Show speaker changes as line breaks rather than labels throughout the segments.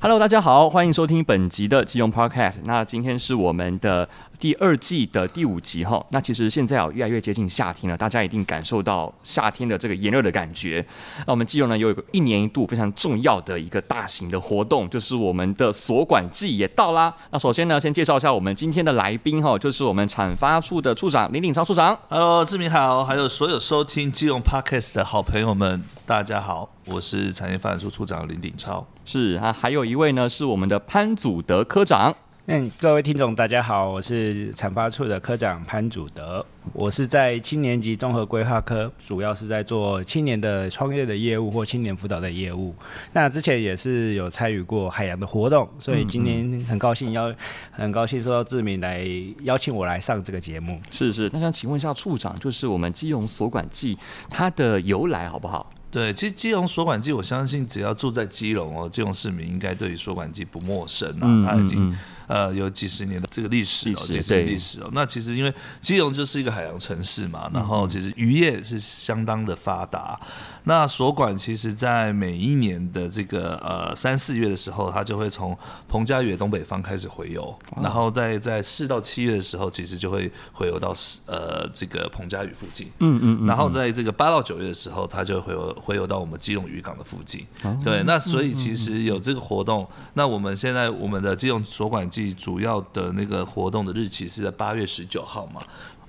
Hello，大家好，欢迎收听本集的基隆 Podcast。那今天是我们的第二季的第五集哈。那其实现在哦，越来越接近夏天了，大家一定感受到夏天的这个炎热的感觉。那我们基隆呢，有一个一年一度非常重要的一个大型的活动，就是我们的所管季也到啦。那首先呢，先介绍一下我们今天的来宾哈，就是我们产发处的处长林鼎超处长。
Hello，志明好，还有所有收听基隆 Podcast 的好朋友们，大家好，我是产业发展处处长林鼎超。
是啊，还有一位呢是我们的潘祖德科长。
嗯，各位听众大家好，我是产发处的科长潘祖德，我是在青年级综合规划科，主要是在做青年的创业的业务或青年辅导的业务。那之前也是有参与过海洋的活动，所以今天很高兴
嗯
邀，很高兴收到志明来邀请我来上这个节目。
是是，那想请问一下处长，就是我们基隆所管季它的由来好不好？
对，其实基隆所管季，我相信只要住在基隆哦，基隆市民应该对于所管季不陌生啊，
嗯
它已经、
嗯
呃有几十年的这个历史
历
哦，
史
几十年
对
历史哦。那其实因为基隆就是一个海洋城市嘛，
嗯
然后其实渔业是相当的发达。那所管其实在每一年的这个呃三四月的时候，它就会从彭佳屿东北方开始回游，然后在在四到七月的时候，其实就会回游到呃这个彭佳屿附近。
嗯嗯
然后在这个八到九月的时候，它就会有回游到我们基隆渔港的附近。
哦
对，那所
嗯
以其实有这个活动，那我们现在我们的基隆所管季主要的那个活动的日期是在八月十九号嘛？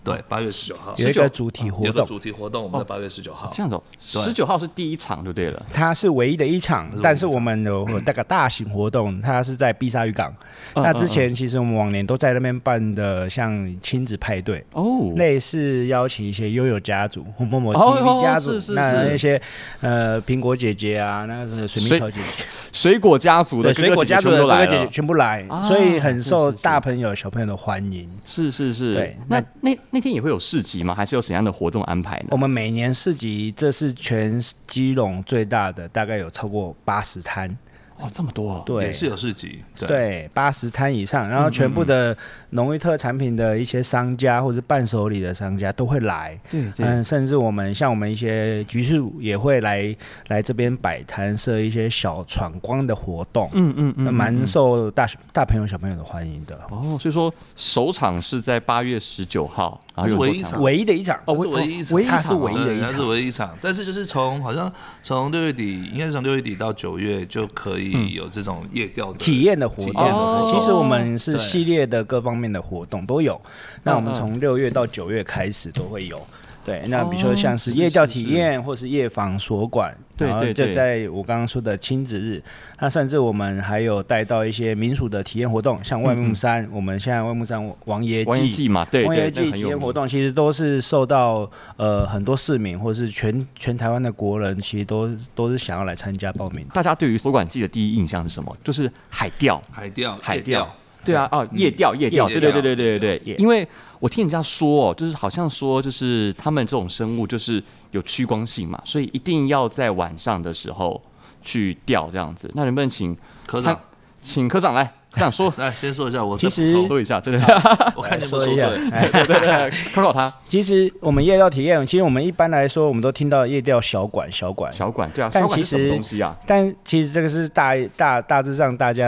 对，八月十九号
有一个主题
有
活
一个
动，
主题活动，我们的八月十九号。
这样子、哦，十九号是第一场就对了。
它是唯一的一场
唯一，嗯
但是我们有那个大型活动，它是在碧沙渔港。那之前其实我们往年都在那边办的，像亲子派对，
哦，
类似邀请一些悠悠家族 或某某
哦
TV 家
是
族
是，
那
是
那些呃苹果姐姐啊，那个水
水
蜜桃姐姐，
水果家族的
对水果家族
哥
的
哥姐姐全部
哥
都来
哥姐
了，
姐全部来
啊，
所以很受
是是是
大朋友小朋友的欢迎。
是是是。
对
那那那天也会有市集吗？还是有怎样的活动安排呢
我？们每年市集，这是全基隆最大的，大概有超过八十摊。
哇、这么多、哦！
对，
也是有市集，对，
对，八十摊以上，然
嗯
后全部的农业特产品的一些商家或者是伴手礼的商家都会来，
对对
嗯，甚至我们像我们一些局处也会来来这边摆摊设一些小闯关的活动，
嗯嗯
那
嗯，
蛮受大大朋友小朋友的欢迎的，
哦，所以说首场是在八月十九号，然后有
是唯
多
一一场
唯一的一场
哦，
是唯一一场
唯一
它是
场哦
唯一的
对，
一
它是
场。
唯一一场，但是就是从好像从六月底，应该是从六月底到九月就可
嗯
以有这种夜钓的
体验的活
体
动
验的活
哦
动
其实我们是
对
系列的各方面的活动都有。那我们
嗯
从六月到九月开始都会有。对，那比
哦
如说像是夜钓体验，或是夜访所管，
对
然后
对
就
对
在我刚刚说的亲子日，那甚至我们还有带到一些民俗的体验活动，像外木山，我们现在外木山王爷
嗯王爷
祭。
祭嘛，对
王
对，
爷
那
祭
很
体
有
验
名
活动其实都是受到呃很多市民或是全全台湾的国人，其实都都是想要来参加报名的。
大家对于所管季的第一印象是什么？就是海钓。
海钓，
海
夜
钓。对
嗯
啊，哦，夜钓，夜钓，对
夜
对
钓
对对对对对
夜，
因为我听人家说哦，就是好像说，就是他们这种生物就是有趋光性嘛，所以一定要在晚上的时候去钓这样子。那能不能请
科长哎
他，请科长来，科长 说
来先说一下，我
其
再
实
补充
说一下，对对对
我看你们
说一下
对。
哎
对对 对，考考他
其实我们夜钓体验，其实我们一般来说，我们都听到夜钓小馆小馆，
小管，对啊，
但
小管是
其
什么
实
东西啊？
但其实这个是大大大致上大家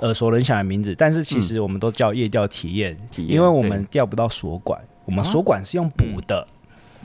耳熟能详的名字，但是其实我们都叫夜钓体验，
嗯体验
因为我们钓不到锁管，我们锁管是用捕的，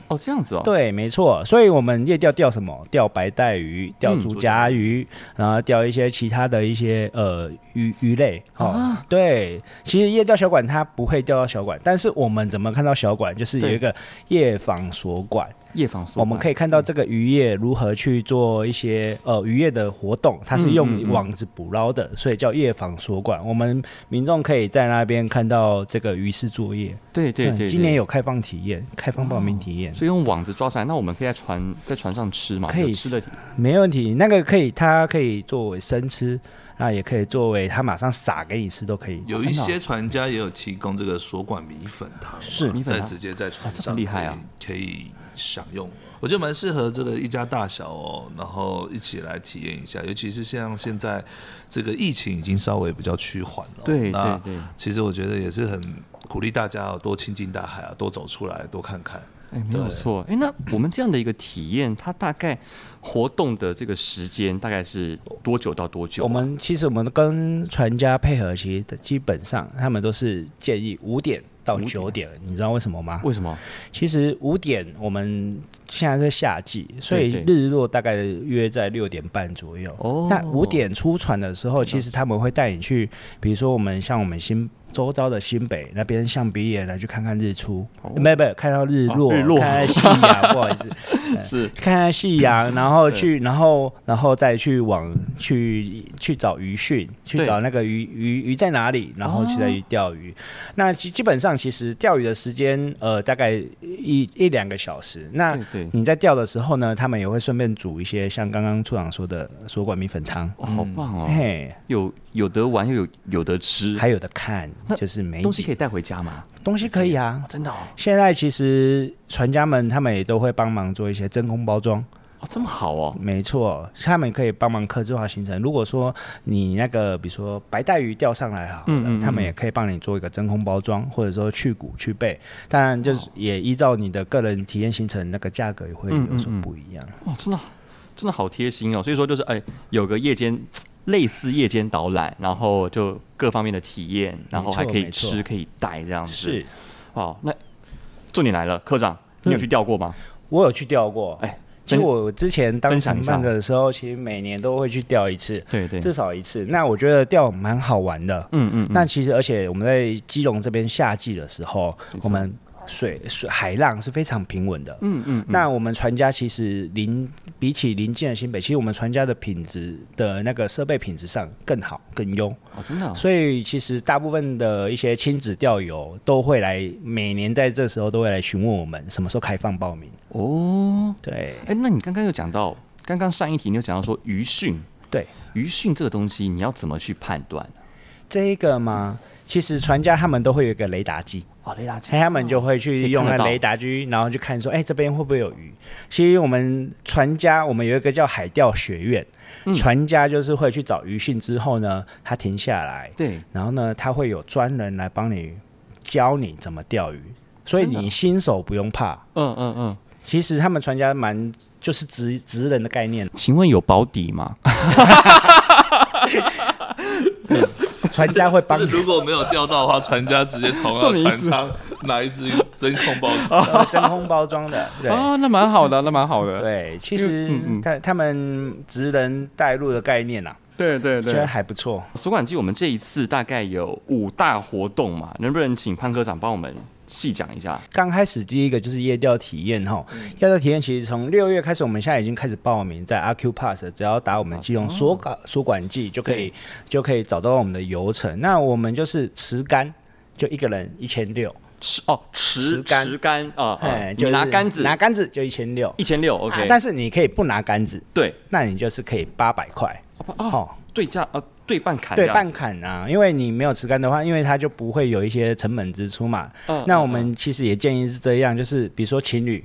哦，这样子哦，
对，没错，所以我们夜钓钓什么？钓白带鱼，
嗯
钓竹夹鱼，然后钓一些其他的一些呃鱼鱼类。哦，
啊
对，其实夜钓小管它不会钓到小管，但是我们怎么看到小管？就是有
对
一个夜访所管，
夜访所
我们可
以
以看到这嗯个渔业如何去做一些呃渔业的活动，它是
嗯嗯
用
嗯
网子捕捞的，所以叫夜访所管。我们民众可以在那边看到这个渔事作业。
对对对，对
今年有开放体验，开放报名体验。
所以用网子抓上来，那我们可以在船在船上吃嘛，
可以
有吃的
没问题，那个可以，它可以作为生吃，那也可以作为它马上撒给你吃都可以。
有一些船家也有提供这个所管米粉汤嘛，
是
米粉
再
汤
直接在船
哇这
上
么厉害啊
可以，可以享用。我觉得蛮适合这个一家大小哦，然后一起来体验一下，尤其是像现在这个疫情已经稍微比较趋缓了，
对
那
对对
其实我觉得也是很鼓励大家哦，多亲近大海啊，多走出来，多看看。
哎，没有错。哎，那我们这样的一个体验，它大概活动的这个时间大概是多久到多久啊？
我们其实我们跟船家配合，其实基本上他们都是建议五点到九点，你知道为什么吗？
为什么？
其实五点我们现在是夏季，所以
对对
日落大概约在六点半左右。
哦
那五点出船的时候，其实他们会带你去，比如说我们像我们新周遭的新北那边象鼻岩来去看看日出，没没有看到日落，
哦哦日落
看看夕阳， 不好意思，
是
看看夕阳，然后去，然后然后再去往去去找鱼讯，去
对哦
找那个鱼鱼鱼在哪里，然后去再去钓鱼。那基基本上其实钓鱼的时间呃大概一一两个小时。那
对对
你在钓的时候呢，他们也会顺便煮一些像刚刚处长说的锁管米粉汤，
哇，好棒哦！
嗯嘿，
有有得玩又有有得吃，
还有的看
那
就是美
东西可
景，
以带回家吗？
东西可以啊，
真的哦，
现在其实船家们他们也都会帮忙做一些真空包装，
哦这么好哦，
没错，他们可以帮忙客制化行程。如果说你那个比如说白带鱼钓上来好了，
嗯嗯嗯
他们也可以帮你做一个真空包装，或者说去骨去背，当然就是也依照你的个人体验行程，那个价格也会有所不一样。
哇，真的真的好贴心哦。所以说就是哎，有个夜间类似夜间导览，然后就各方面的体验，然后还可以
没错
吃可以带这样子。，哦，那重点来了，科长，你
嗯
有去钓过吗？
我有去钓过，
哎，
其实
分
我之前当
分享
承
一下
办的时候，其实每年都会去钓一次，
对对，
至少一次。那我觉得钓蛮好玩的，
嗯嗯，
那其实，而且我们在基隆这边夏季的时候，我们水水海浪是非常平稳的。
嗯嗯，
那我们船家其实邻比起邻近的新北，其实我们船家的品质的那个设备品质上更好更优，
哦，真的哦、
所以其实大部分的一些亲子钓友都会来，每年在这时候都会来询问我们什么时候开放报名。
哦，
对
哎、那你刚刚有讲到，刚刚上一题你有讲到说鱼讯，
对，
鱼讯这个东西你要怎么去判断？啊
这一个嘛，其实船家他们都会有一个雷达机，
哦，雷达机
所以他们就会去用那雷达机，然后去看说，哎、这边会不会有鱼？其实我们船家，我们有一个叫海钓学院，
嗯
船家就是会去找鱼讯之后呢，他停下来，
对，
然后呢，他会有专人来帮你教你怎么钓鱼，所以
真的
你新手不用怕。
嗯嗯嗯。
其实他们船家蛮就是职职人的概 念，
请问有保底吗？
船家会帮
就 是
你。
如果没有钓到的话，船家直接从他的船舱拿一只真空包装。
呃真空包装的，对，
哦，那蛮好的，那蛮好的。
对，其实
嗯嗯
他他们职人带路的概念呐、啊，
对对
觉得还不错。
所管机，我们这一次大概有五大活动嘛，能不能请潘科长帮我们细讲一下？
刚开始第一个就是夜钓体验哈，
嗯
夜钓体验其实从六月开始，我们现在已经开始报名，在 RQ Pass 只要打我们
哦
基隆所管所管季就可以就可以找到我们的游程。那我们就是持竿，就一个人一千六，
池哦，池
池竿
池竿啊，
哎，
就
就是
拿杆子，
拿杆子就一千六
一千六
啊
，OK。
但是你可以不拿杆子，
对
那你就是可以八百块哦。
对价呃对半砍这
对
样
半
子
砍啊，因为你没有持竿的话，因为它就不会有一些成本支出嘛。
嗯
那我们其实也建议是这样，就是比如说情侣，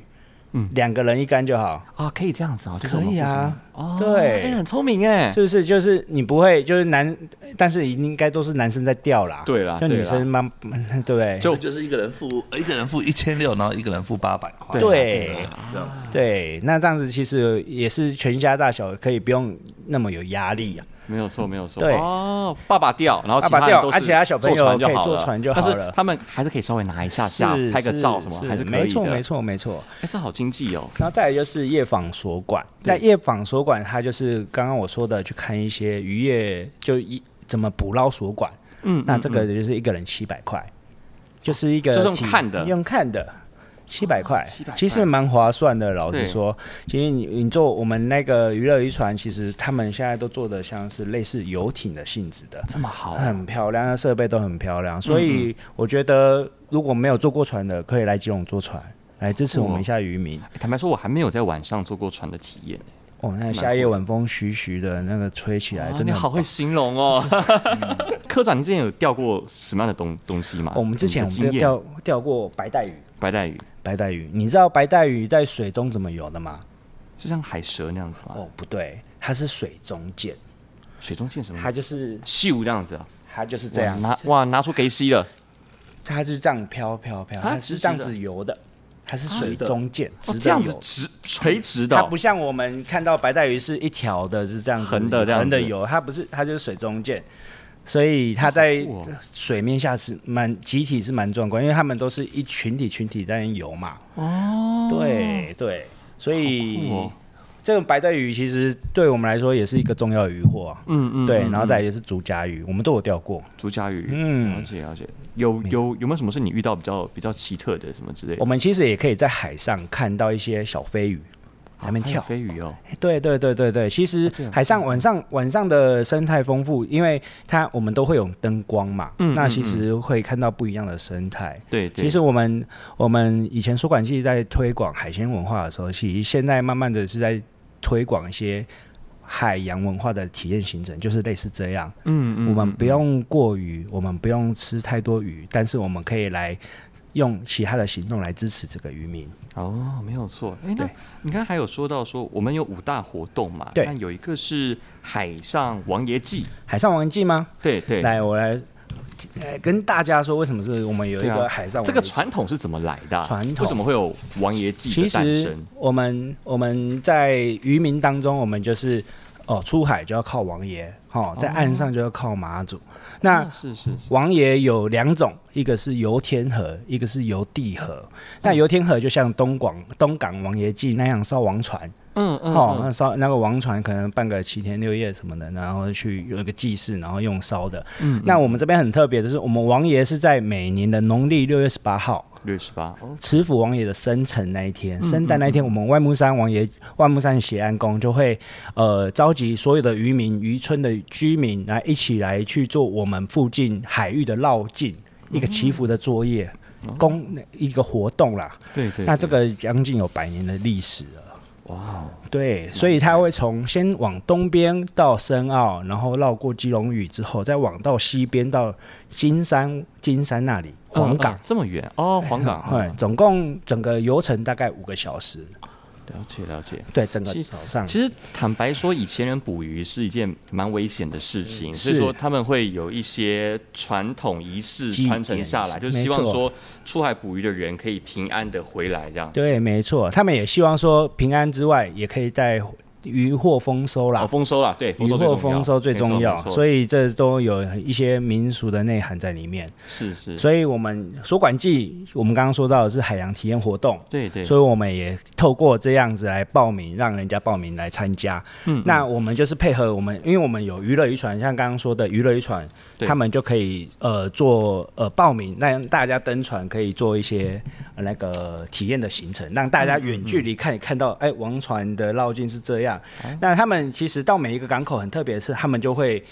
嗯，两个人一竿就好，
啊，可以这样子哦，就是我
可
们
以
互相
啊，
哦，
对
哎很聪明哎，
是不是？就是你不会，就是男，但是应该都是男生在钓啦，
对啦
就
对
女
啦
生嘛，对不对？
就就是一个人付呃一个人付一千六，然后一个人付八百块，
对
啊，这样子。
对，那这样子其实也是全家大小可以不用那么有压力啊。
没有错，没有错。
对
哦，爸爸钓，然后其他
爸爸
人
钓
都
啊
是
其他小朋
坐
友
船就好了，
可以坐船就好
但是
了
他们还是可以稍微拿一下下
是
拍个照什么，还是可以的。
没错没错没错。
哎，这好经济哦。
然后再来就是夜访所馆，那夜访所馆它就是刚刚我说的去看一些渔业，就一怎么捕捞所馆，
嗯，
那
嗯
这
嗯哦
个就是一个人七百块，就是一个
就是用
体
看的
用看的。七百块
700块，
其实蛮划算的。老
对
实说，其实你你做我们那个娱乐渔船，其实他们现在都做的像是类似游艇的性质的，
这么好，
很漂亮，那设备都很漂亮。
嗯
所以我觉得，如果没有坐过船的，可以来基隆坐船，来支持我们一下渔民。
哎坦白说，我还没有在晚上坐过船的体验。
哦，那个夏夜晚风徐徐的那个吹起来，
哇
真
你
的
好
很棒
会形容 哦。科长，你之前有钓过什么样的东东西吗？
我们之前我
你的
们
经验，
钓钓过白带鱼，
白带鱼
白带鱼，你知道白带鱼在水中怎么游的吗？
是像海蛇那样子吗？
哦，不对，它是水中剑，
水中见什么
它？就是
咻这样子啊，
它就是这样，
哇拿哇拿出给吸了，
它是这样飘飘飘，
啊
它是这样
直直
子游的，它是水中剑，
哦，
直
这
的
样
游
子。直垂直的
它
哦、
不像我们看到白带鱼是一条的，是这样子
横的这样子
横的游，它不是，它就是水中剑，所以它在
好酷哦
水面下是蛮集体是蛮壮观，因为他们都是一群体群体在那游嘛。哦，对对，所以
好酷哦
这种白带鱼其实对我们来说也是一个重要的渔获啊。
嗯嗯，
对，
嗯
然后再来就是竹夹鱼，我们都有钓过。
朱家鱼，
嗯
了解了解。有有有没有什么是你遇到比较比较奇特的什么之类的？
我们其实也可以在海上看到一些小飞鱼在那边
还有
跳。
飞鱼 哦，
对对对对对，其实海上晚上晚上的生态丰富，因为它我们都会有灯光嘛，
嗯
那
嗯
其实会看到不一样的生态。
对对，
其实我们我们以前所管系在推广海鲜文化的时候，其实现在慢慢的是在推广一些海洋文化的体验行程，就是类似这样。
嗯嗯，
我们
嗯
不用过鱼，我们不用吃太多鱼，但是我们可以来用其他的行动来支持这个渔民。
哦，没有错。哎，那
对
你刚才还有说到说我们有五大活动嘛？
对
那有一个是海上王爷祭，
海上文记吗？
对对，
来，我来、呃、跟大家说，为什么是我们有一
对
个
啊
海上、
这个传。统是怎么来的啊？
传统
为什么会有王爷祭
其
的诞
实
生？
我们我们在渔民当中，我们就是哦出海就要靠王爷，哦在岸上就要靠马祖。那
啊是是是，
王爷有两种，一个是游天河，一个是游地河。
嗯
那游天河就像东广东港王爷记那样烧王船，
嗯嗯，
哦，
嗯
那烧那个王船可能办个七天六夜什么的，然后去有一个祭祀，然后用烧的。
嗯
那我们这边很特别的是，我们王爷是在每年的农历六月十八号，
六十八哦，
慈福王爷的生辰那一
嗯
天，生诞那一天，我们万木山王爷、万木山协安宫就会呃召集所有的渔民、渔村的居民来一起来去做我们附近海域的绕境，一个
嗯
祈福的作业，
哦
公一个活动啦。
对对，
那这
对
个将近有百年的历史了。
哇哦，
对，所以它会从先往东边到深澳，然后绕过基隆屿之后，再往到西边到金山金山那里黄
嗯
港
嗯。这么远哦，黄港，
哎
嗯，
总共整个游程大概五个小时，
了解了解。
对，整个
其
早上。
其实坦白说，以前人捕鱼是一件蛮危险的事情，所以
嗯是
说他们会有一些传统仪式
祭
传承下来，
典
就是希望
没错
说出海捕鱼的人可以平安的回来这样。
对，没错，他们也希望说平安之外，也可以带渔获丰收
哦，
啦。
丰收啦，对，丰
渔
收最重
获
要，
丰收最重要，所
以
以这都有一些民俗的内涵在里面。
是是，
所以我们所管季，我们刚刚说到的是海洋体验活动，
对对，
所以我们也透过这样子来报名，让人家报名来参加。
嗯
那我们就是配合我们，因为我们有娱乐渔船，像刚刚说的娱乐渔船，
对
他们就可以呃做呃报名，让大家登船，可以做一些、呃那个体验的行程，让大家远距离看、看到，哎，王船的绕境是这
嗯
样。
哦
那他们其实到每一个港口很特别的是，他们就会。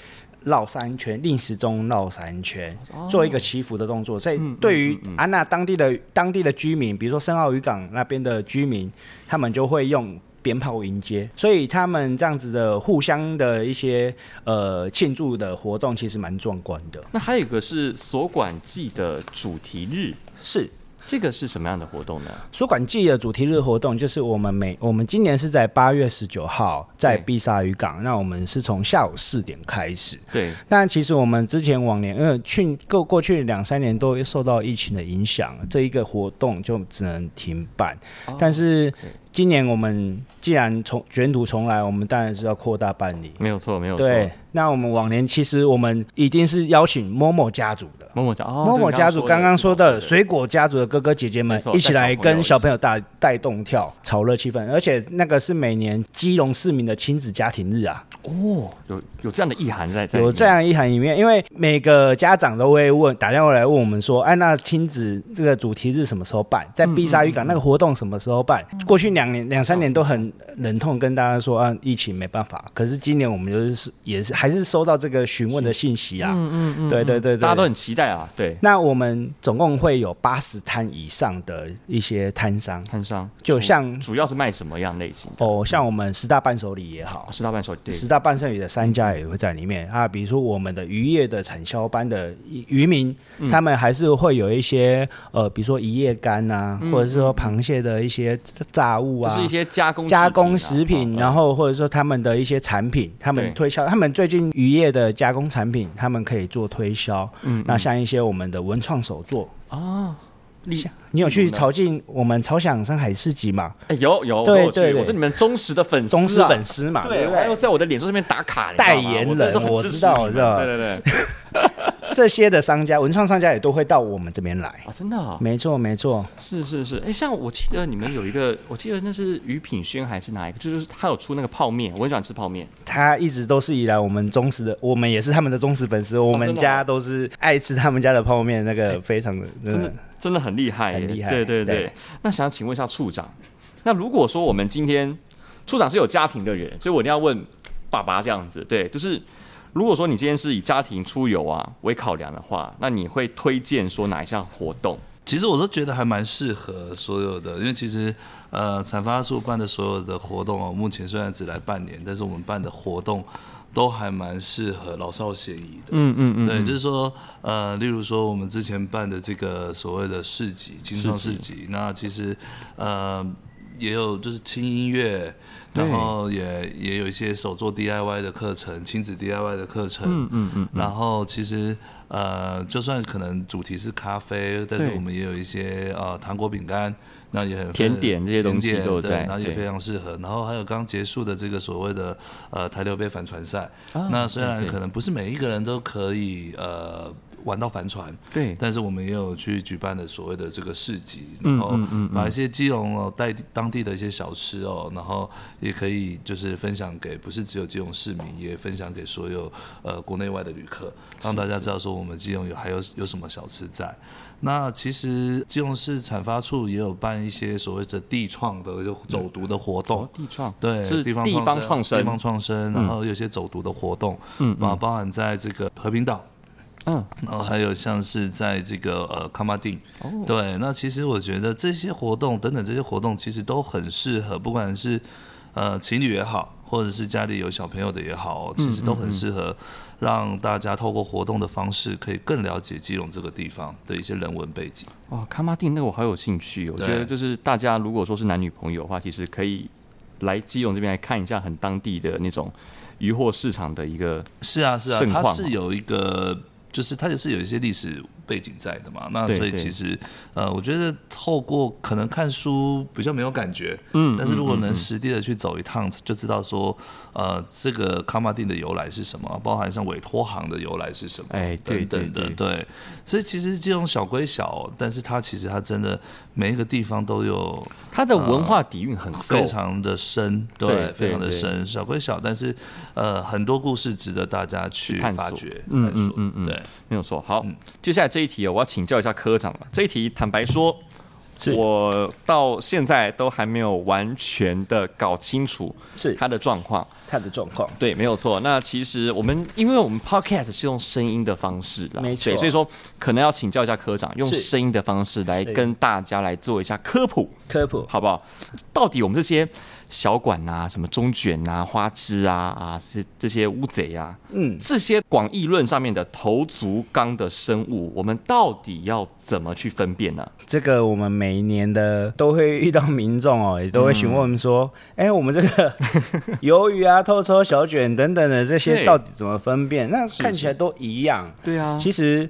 绕三圈，令时钟绕三圈，做一个祈福的动作。所以对于安娜当地的当地的居民，比如说深澳渔港那边的居民，他们就会用鞭炮迎接，所以他们这样子的互相的一些呃庆祝的活动，其实蛮壮观的。
那还有一个是所管季的主题日，
是
这个是什么样的活动呢？
所管季的主题日活动，就是我们每我们今年是在八月十九号在
对
碧沙渔港，那我们是从下午四点开始。
对，
那其实我们之前往年，因为去过过去两三年都受到疫情的影响，这一个活动就只能停办。
哦
但是今年我们既然重卷土重来，我们当然是要扩大办理。
没有错，没有错。
对，那我们往年其实我们一定是邀请某某家族的。
某某家，哦，
某某
对
家族刚刚说的
水
水果家族的哥哥姐姐们
没错
一起来跟
带小
小朋
朋
友带带动跳，炒热气氛，而且那个是每年基隆市民的亲子家庭日啊。
哦，有有这样的意涵在，在里
有
面
这样一涵里面，因为每个家长都会问打电话来问我们说，哎、那亲子这个主题日什么时候办？在碧沙渔港那个活动什么时候办？过去两年两三年都很忍痛跟大家说啊，疫情没办法。可是今年我们就是也是还是收到这个询问的信息啊，嗯嗯对对对对，
大家都很期待啊，对，
那我们总共会有八十摊以上的一些摊商，
摊商
就
主
像
主要是卖什么样类型的？
哦，像我们十大伴手礼也好
哦，，十大半手对，
十大伴手礼的商家也会在里面啊，比如说我们的渔业的产销班的渔民，
嗯
他们还是会有一些呃，比如说一夜干啊，或者是说螃蟹的一些炸
嗯
物
就
啊，
是一些加工
加工
食
食
品
品，
啊，
然后或者说他们的一些产品，他
对
们推销，他们最近渔业的加工
嗯
产品，他们可以做推销。嗯，那像一些我们的文创手作，
啊，立
你有去朝觐我们朝想上海市集嘛？
哎有有，
对
我有去
对对
我是你们忠实的粉丝、啊，
忠实粉丝嘛，
对，
不
我还
对
要？在我的脸书上面打卡，你知道吗
代言人
我真的是很
我
支持
知道
你们
我知道
对对 对，
这些的商家，文创商家也都会到我们这边来。
啊，真的啊，
没错，没错，
是是是，哎，像我记得你们有一个，我记得那是于品轩还是哪一个，就是他有出那个泡面，我很喜欢吃泡面，
他一直都是以来我们忠实的，我们也是他们的忠实粉丝，我
真
们
的哦哎
家都是爱吃他们家的泡面，那个非常的
真的真的很厉害耶，
很厉害
对对对
对。
那想请问一下处长，那如果说我们今天处长是有家庭的人，所以我一定要问爸爸这样子，对，就是如果说你今天是以家庭出游啊为考量的话，那你会推荐说哪一项活动？
其实我都觉得还蛮适合所有的，因为其实呃，产发处办的所有的活动哦，目前虽然只来半年，但是我们办的活动都还蛮适合老少咸宜的。
嗯嗯嗯，
对，就是说，呃，例如说我们之前办的这个所谓的市集，青创市集，那其实呃也有就是轻音乐，
对
然后也也有一些手做 DIY 的课程，亲子 DIY 的课程，
嗯嗯嗯，
然后其实呃，就算可能主题是咖啡，但是
对
我们也有一些呃糖果、饼干，那也很
甜点这些东西
嗯甜点
都有
对
在
然后也
对
非常适合。然后还有刚结束的这个所谓的呃台流杯帆船赛，
啊
那虽然
OK
可能不是每一个人都可以呃玩到帆船，
对，
但是我们也有去举办的所谓的这个市集，
嗯
然后把一些基隆哦带当地的一些小吃哦，然后也可以就是分享给不是只有基隆市民，也分享给所有呃国内外的旅客，让大家知道说我们基隆有还有有什么小吃在。那其实基隆市产发处也有办一些所谓的地创的就走读的活动，
哦，地创，
对，
是
地方
方创
地
生，嗯
方创生，然后有些走读的活动，嗯，啊，包含在这个和平岛，
嗯，
然后还有像是在这个呃康巴定，
哦
对，那其实我觉得这些活动等等这些活动其实都很适合，不管是呃情侣也好，或者是家里有小朋友的也好，其实都很适合让大家透过活动的方式，可以更了解基隆这个地方的一些人文背景。
哇，卡马丁那个我好有兴趣哦，我觉
对
得就是大家如果说是男女朋友的话，其实可以来基隆这边来看一下很当地的那种渔货市场的一个，
是啊，是啊
盛，
它
况嘛
是有一个，就是它也是有一些历史背景在的嘛。那
对
所以
对
其实，呃，我觉得透过可能看书比较没有感觉，
嗯
但是如果能实地的去走一趟，就知道说，呃，这个卡马丁的由来是什么，包含像委托行的由来是什么，
哎对
等
对
等的，对。所以其实这种小归小，但是它其实它真的每一个地方都有
它的文
啊
化底蕴很够
非，常的深，对，
对
非常的
对
深，小归小，但是呃，很多故事值得大家去
探索
发掘、
嗯
探索，
嗯嗯嗯
对。
没有错。
嗯
好，接下来这一题哦，我要请教一下科长了。这一题坦白说，
是
我到现在都还没有完全的搞清楚
是
他的状况。
他的状况。
对，没有错。那其实我们，因为我们 podcast 是用声音的方式啦，
没错
对所以说可能要请教一下科长，用
是
声音的方式来
是
跟大家来做一下科普，
科普
好不好？到底我们这些小馆啊、什么中卷啊、花枝啊啊，这这些乌贼啊，
嗯，
这些广义论上面的头足纲的生物，我们到底要怎么去分辨呢？
这个我们每一年的都会遇到民众哦，也都
嗯
会询问我们说，哎、我们 这个鱿鱼啊、透抽、小卷等等的这些
对
到底怎么分辨？那看起来都一样。
对啊，
其实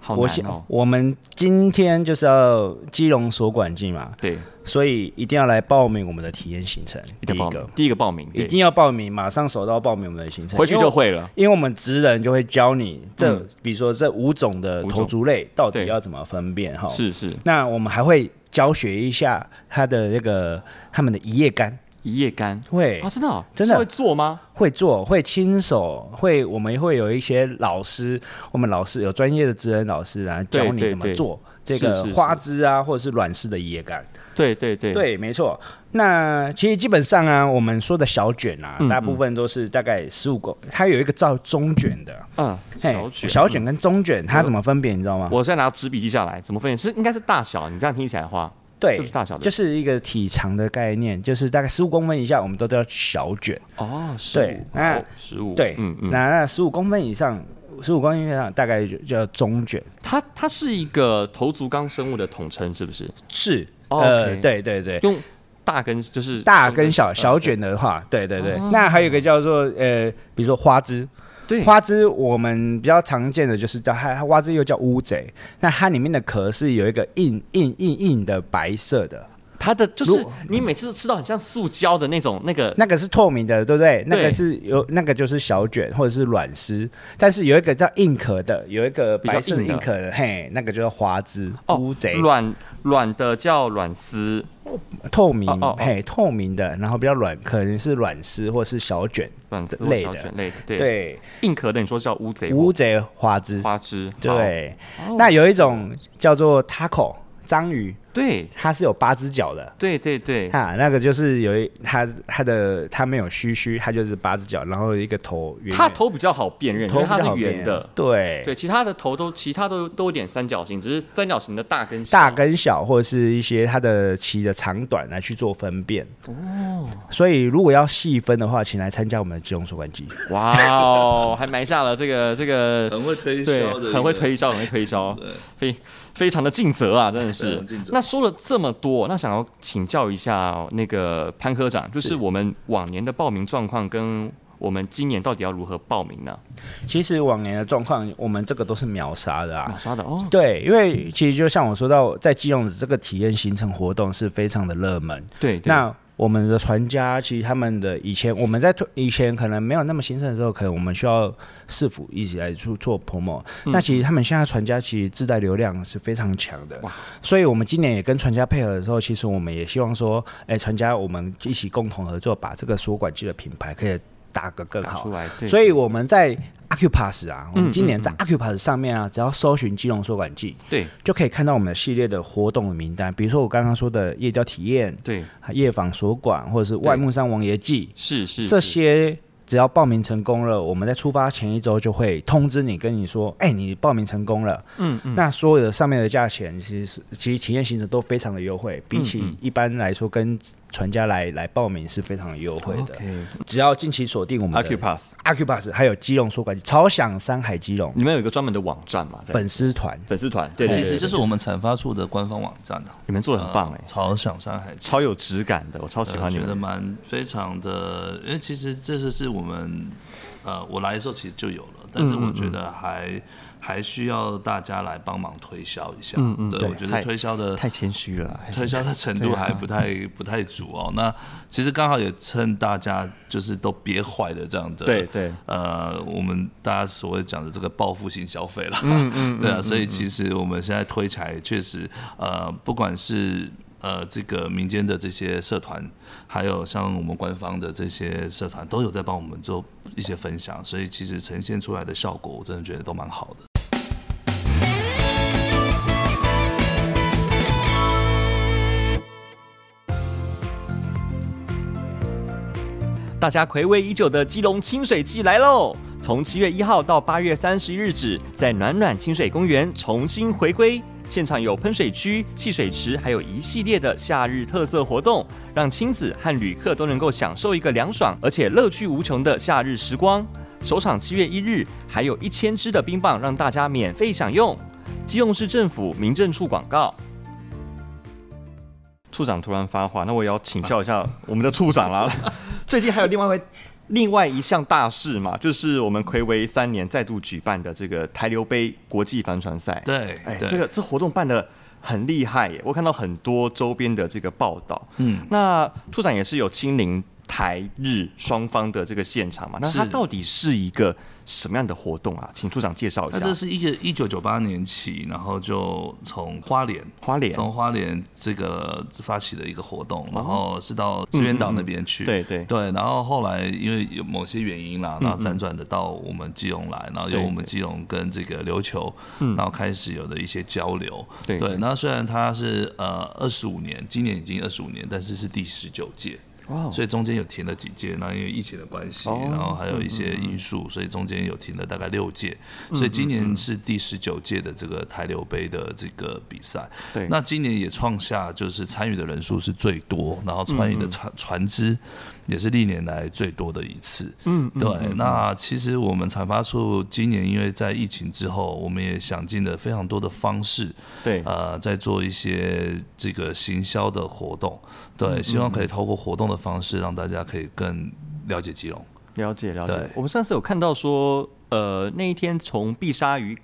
好
我
难
想
哦。
我们今天就是要基隆所管境嘛，
对，
所以一定要来报名我们的体验行程。
一
第
定
一
要报
个
名，第一个报名，
一
对，
定要哎报名，马上手到报名我们的行程，
回去
因为
就会了。
因为我们职人就会教你这，
嗯
比如说这五种的
五种
头足类到底
对
要怎么分辨哈。。
是是，
那我们还会教学一下它的那个他们的一夜干，
一夜干
会
啊，真的哦
真的
是会做吗？
会做，会亲手，会我们会有一些老师，我们老师有专业的职人老师啊，
对
教你
对
怎么
对
做这
是
个
是是
花枝啊，或者是软式的一夜干。
对对对，
对，没错。那其实基本上啊，我们说的小卷啊，
嗯
大部分都是大概十五公，它有一个叫中卷的，
嗯，
嘿
小卷，嗯
小卷跟中卷，它怎么分别，你知道吗？
我现在拿纸笔记下来，怎么分辨？是应该是大小，你这样听起来的话，
对
是不是，大小的？
就是一个体长的概念，就是大概十五公分以下，我们都叫小卷。
哦，十
对
五，
那
哦十五，
对，
嗯嗯，
那那十五公分以上，十五公分以上大概就叫中卷。
它它是一个头足纲生物的统称，是不是？
是，
哦
呃，
OK
对对对。
用大跟哦就是
大
中
跟小
呃
小卷的话，对对对，那还有一个叫做呃，比如说花枝，
对
花枝我们比较常见的就是叫它，它花枝又叫乌贼，那它里面的壳是有一个硬硬硬硬的白色的，
它的就
如
是
果
你每次都吃到很像塑胶的那种那个，
那个是透明的，对不对？那
对
个是有那个就是小卷或者是软丝，但是有一个叫硬壳的，有一个白色的
比较硬
硬
的
壳的，嘿，那个就是花枝
哦
乌贼，
软软的叫软丝，
透明，
哦哦哦
嘿，透明的，然后比较软，可能是软丝或是小卷，
软丝
类
小
的
卷类的，对，
对，
硬壳的你说叫乌贼或
乌贼花枝，
花哦枝，
对
好，
那有一种叫做 taco 章鱼，
好对
它是有八只脚的。
对对对，
哈，那个就是有一它它的它没有须须，它就是八只脚，然后有一个头圆圆，
它头比较好辨认，因
头
为
比较
它是
好辨
圆的。
对
对，其他的头都，其他都都有点三角形，只是三角形的大跟小
大跟小或者是一些它的鳍的长短啊来去做分辨。哦，所以如果要细分的话，请来参加我们的基隆所管 机。
哇哦，还埋下了这个这个，
很会推
对
销的，，
很会推销，很会推销，
对
非非常的尽责啊，真的
对
是
很尽。责
那说了这么多，那想要请教一下那个潘科长，就是我们往年的报名状况跟我们今年到底要如何报名呢？
其实往年的状况，我们这个都是秒杀的啊
玛。莎的 哦，
对，因为其实就像我说到，在基隆的这个体验行程活动是非常的热门。
对，对
那我们的船家其实他们的以前我们在推以前可能没有那么兴盛的时候，可能我们需要市府一起来做做 promo、那
嗯
其实他们现在船家其实自带流量是非常强的，所以我们今年也跟船家配合的时候，其实我们也希望说，哎、船家我们一起共同合作，把这个缩管机的品牌可以打个更
打
好
出。来，对，
所以我们在 Acupass 啊，我
嗯
们今年
嗯
在 Acupass 上面啊，只要搜寻基隆缩管剂，
对
就可以看到我们的系列的活动的名单，比如说我刚刚说的夜钓体验，
对
夜访所馆，或者是外木山王爷记，
是是
这
是
些只要报名成功了，我们在出发前一周就会通知你，跟你说，哎、你报名成功了。
嗯嗯，
那所有的上面的价钱，其实是其实体验行程都非常的优惠，
嗯
比
嗯
起一般来说跟船家来来报名是非常的优惠的。
哦 OK
只要近期锁定我们的
Acupass，
Acupass，还有基隆所馆，超想山海基隆
你们有一个专门的网站嘛？对
粉丝团。
粉丝团，对，对
其
对
实就是我们产发处的官方网站啊，
你们做的很棒哎，
超想山海
超有质感的，我超喜欢你
觉得
们。
蛮非常的，因为其实这是是我们呃，我来的时候其实就有了，
嗯
但是我觉得还、还需要大家来帮忙推销一下。
嗯嗯
对，
对
我觉
太
得推销的
太谦虚了，还是
推销的程度还不太、不太足哦。那其实刚好也趁大家就是都憋坏的这样的，
对对
呃，我们大家所谓讲的这个报复性消费啦，嗯嗯， 对啊，所以其实我们现在推起来确实，呃，不管是。呃，这个民间的这些社团，还有像我们官方的这些社团，都有在帮我们做一些分享，所以其实呈现出来的效果，我真的觉得都蛮好的。
大家暌违已久的基隆清水季来喽！从七月一号到八月三十一日止，在暖暖清水公园重新回归。现场有喷水区、戏水池，还有一系列的夏日特色活动，让亲子和旅客都能够享受一个凉爽而且乐趣无穷的夏日时光。首场七月一日，还有一千支的冰棒让大家免费享用。基隆市政府民政处广告。处长突然发话，那我也要请教一下我们的处长啦。 最近还有另外一位另外一项大事嘛，就是我们暌违三年再度举办的这个台流杯国际帆船赛。
对，
哎，
对
这个这活动办的很厉害耶，我看到很多周边的这个报道。
嗯，
那处长也是有亲临台日双方的这个现场嘛？那它
是
到底是一个什么样的活动啊？请处长介绍一
那
下。
这是一个一九九八年起，然后就从花莲
花莲哦
从花莲这个发起的一个活动，然后是到资源岛那边去，
嗯对对
对，然后后来因为有某些原因啦，然后辗转的到我们基隆来，然后由
对嗯
我们基隆跟这个琉球，然后开始有的一些交流，
对
对，那虽然它是呃二十五年，今年已经二十五年，但是是第十九届，
哇哦
所以中间有停了几届，那因为疫情的关系，
哦
然后还有一些因素，所以中间有停了大概六届，所以今年是第十九届的这个台流杯的这个比赛。
对
那今年也创下就是参与的人数是最多，然后参与的船船只也是历年来最多的一次。嗯，对。那其实我们产发处今年因为在疫情之后，我们也想尽了非常多的方式，
对
呃，在做一些这个行销的活动，
嗯
对，希望可以透过活动的方式让大家可以更了解基隆。
了解了解
对。
我们上次有看到说，呃那一天从碧沙渔，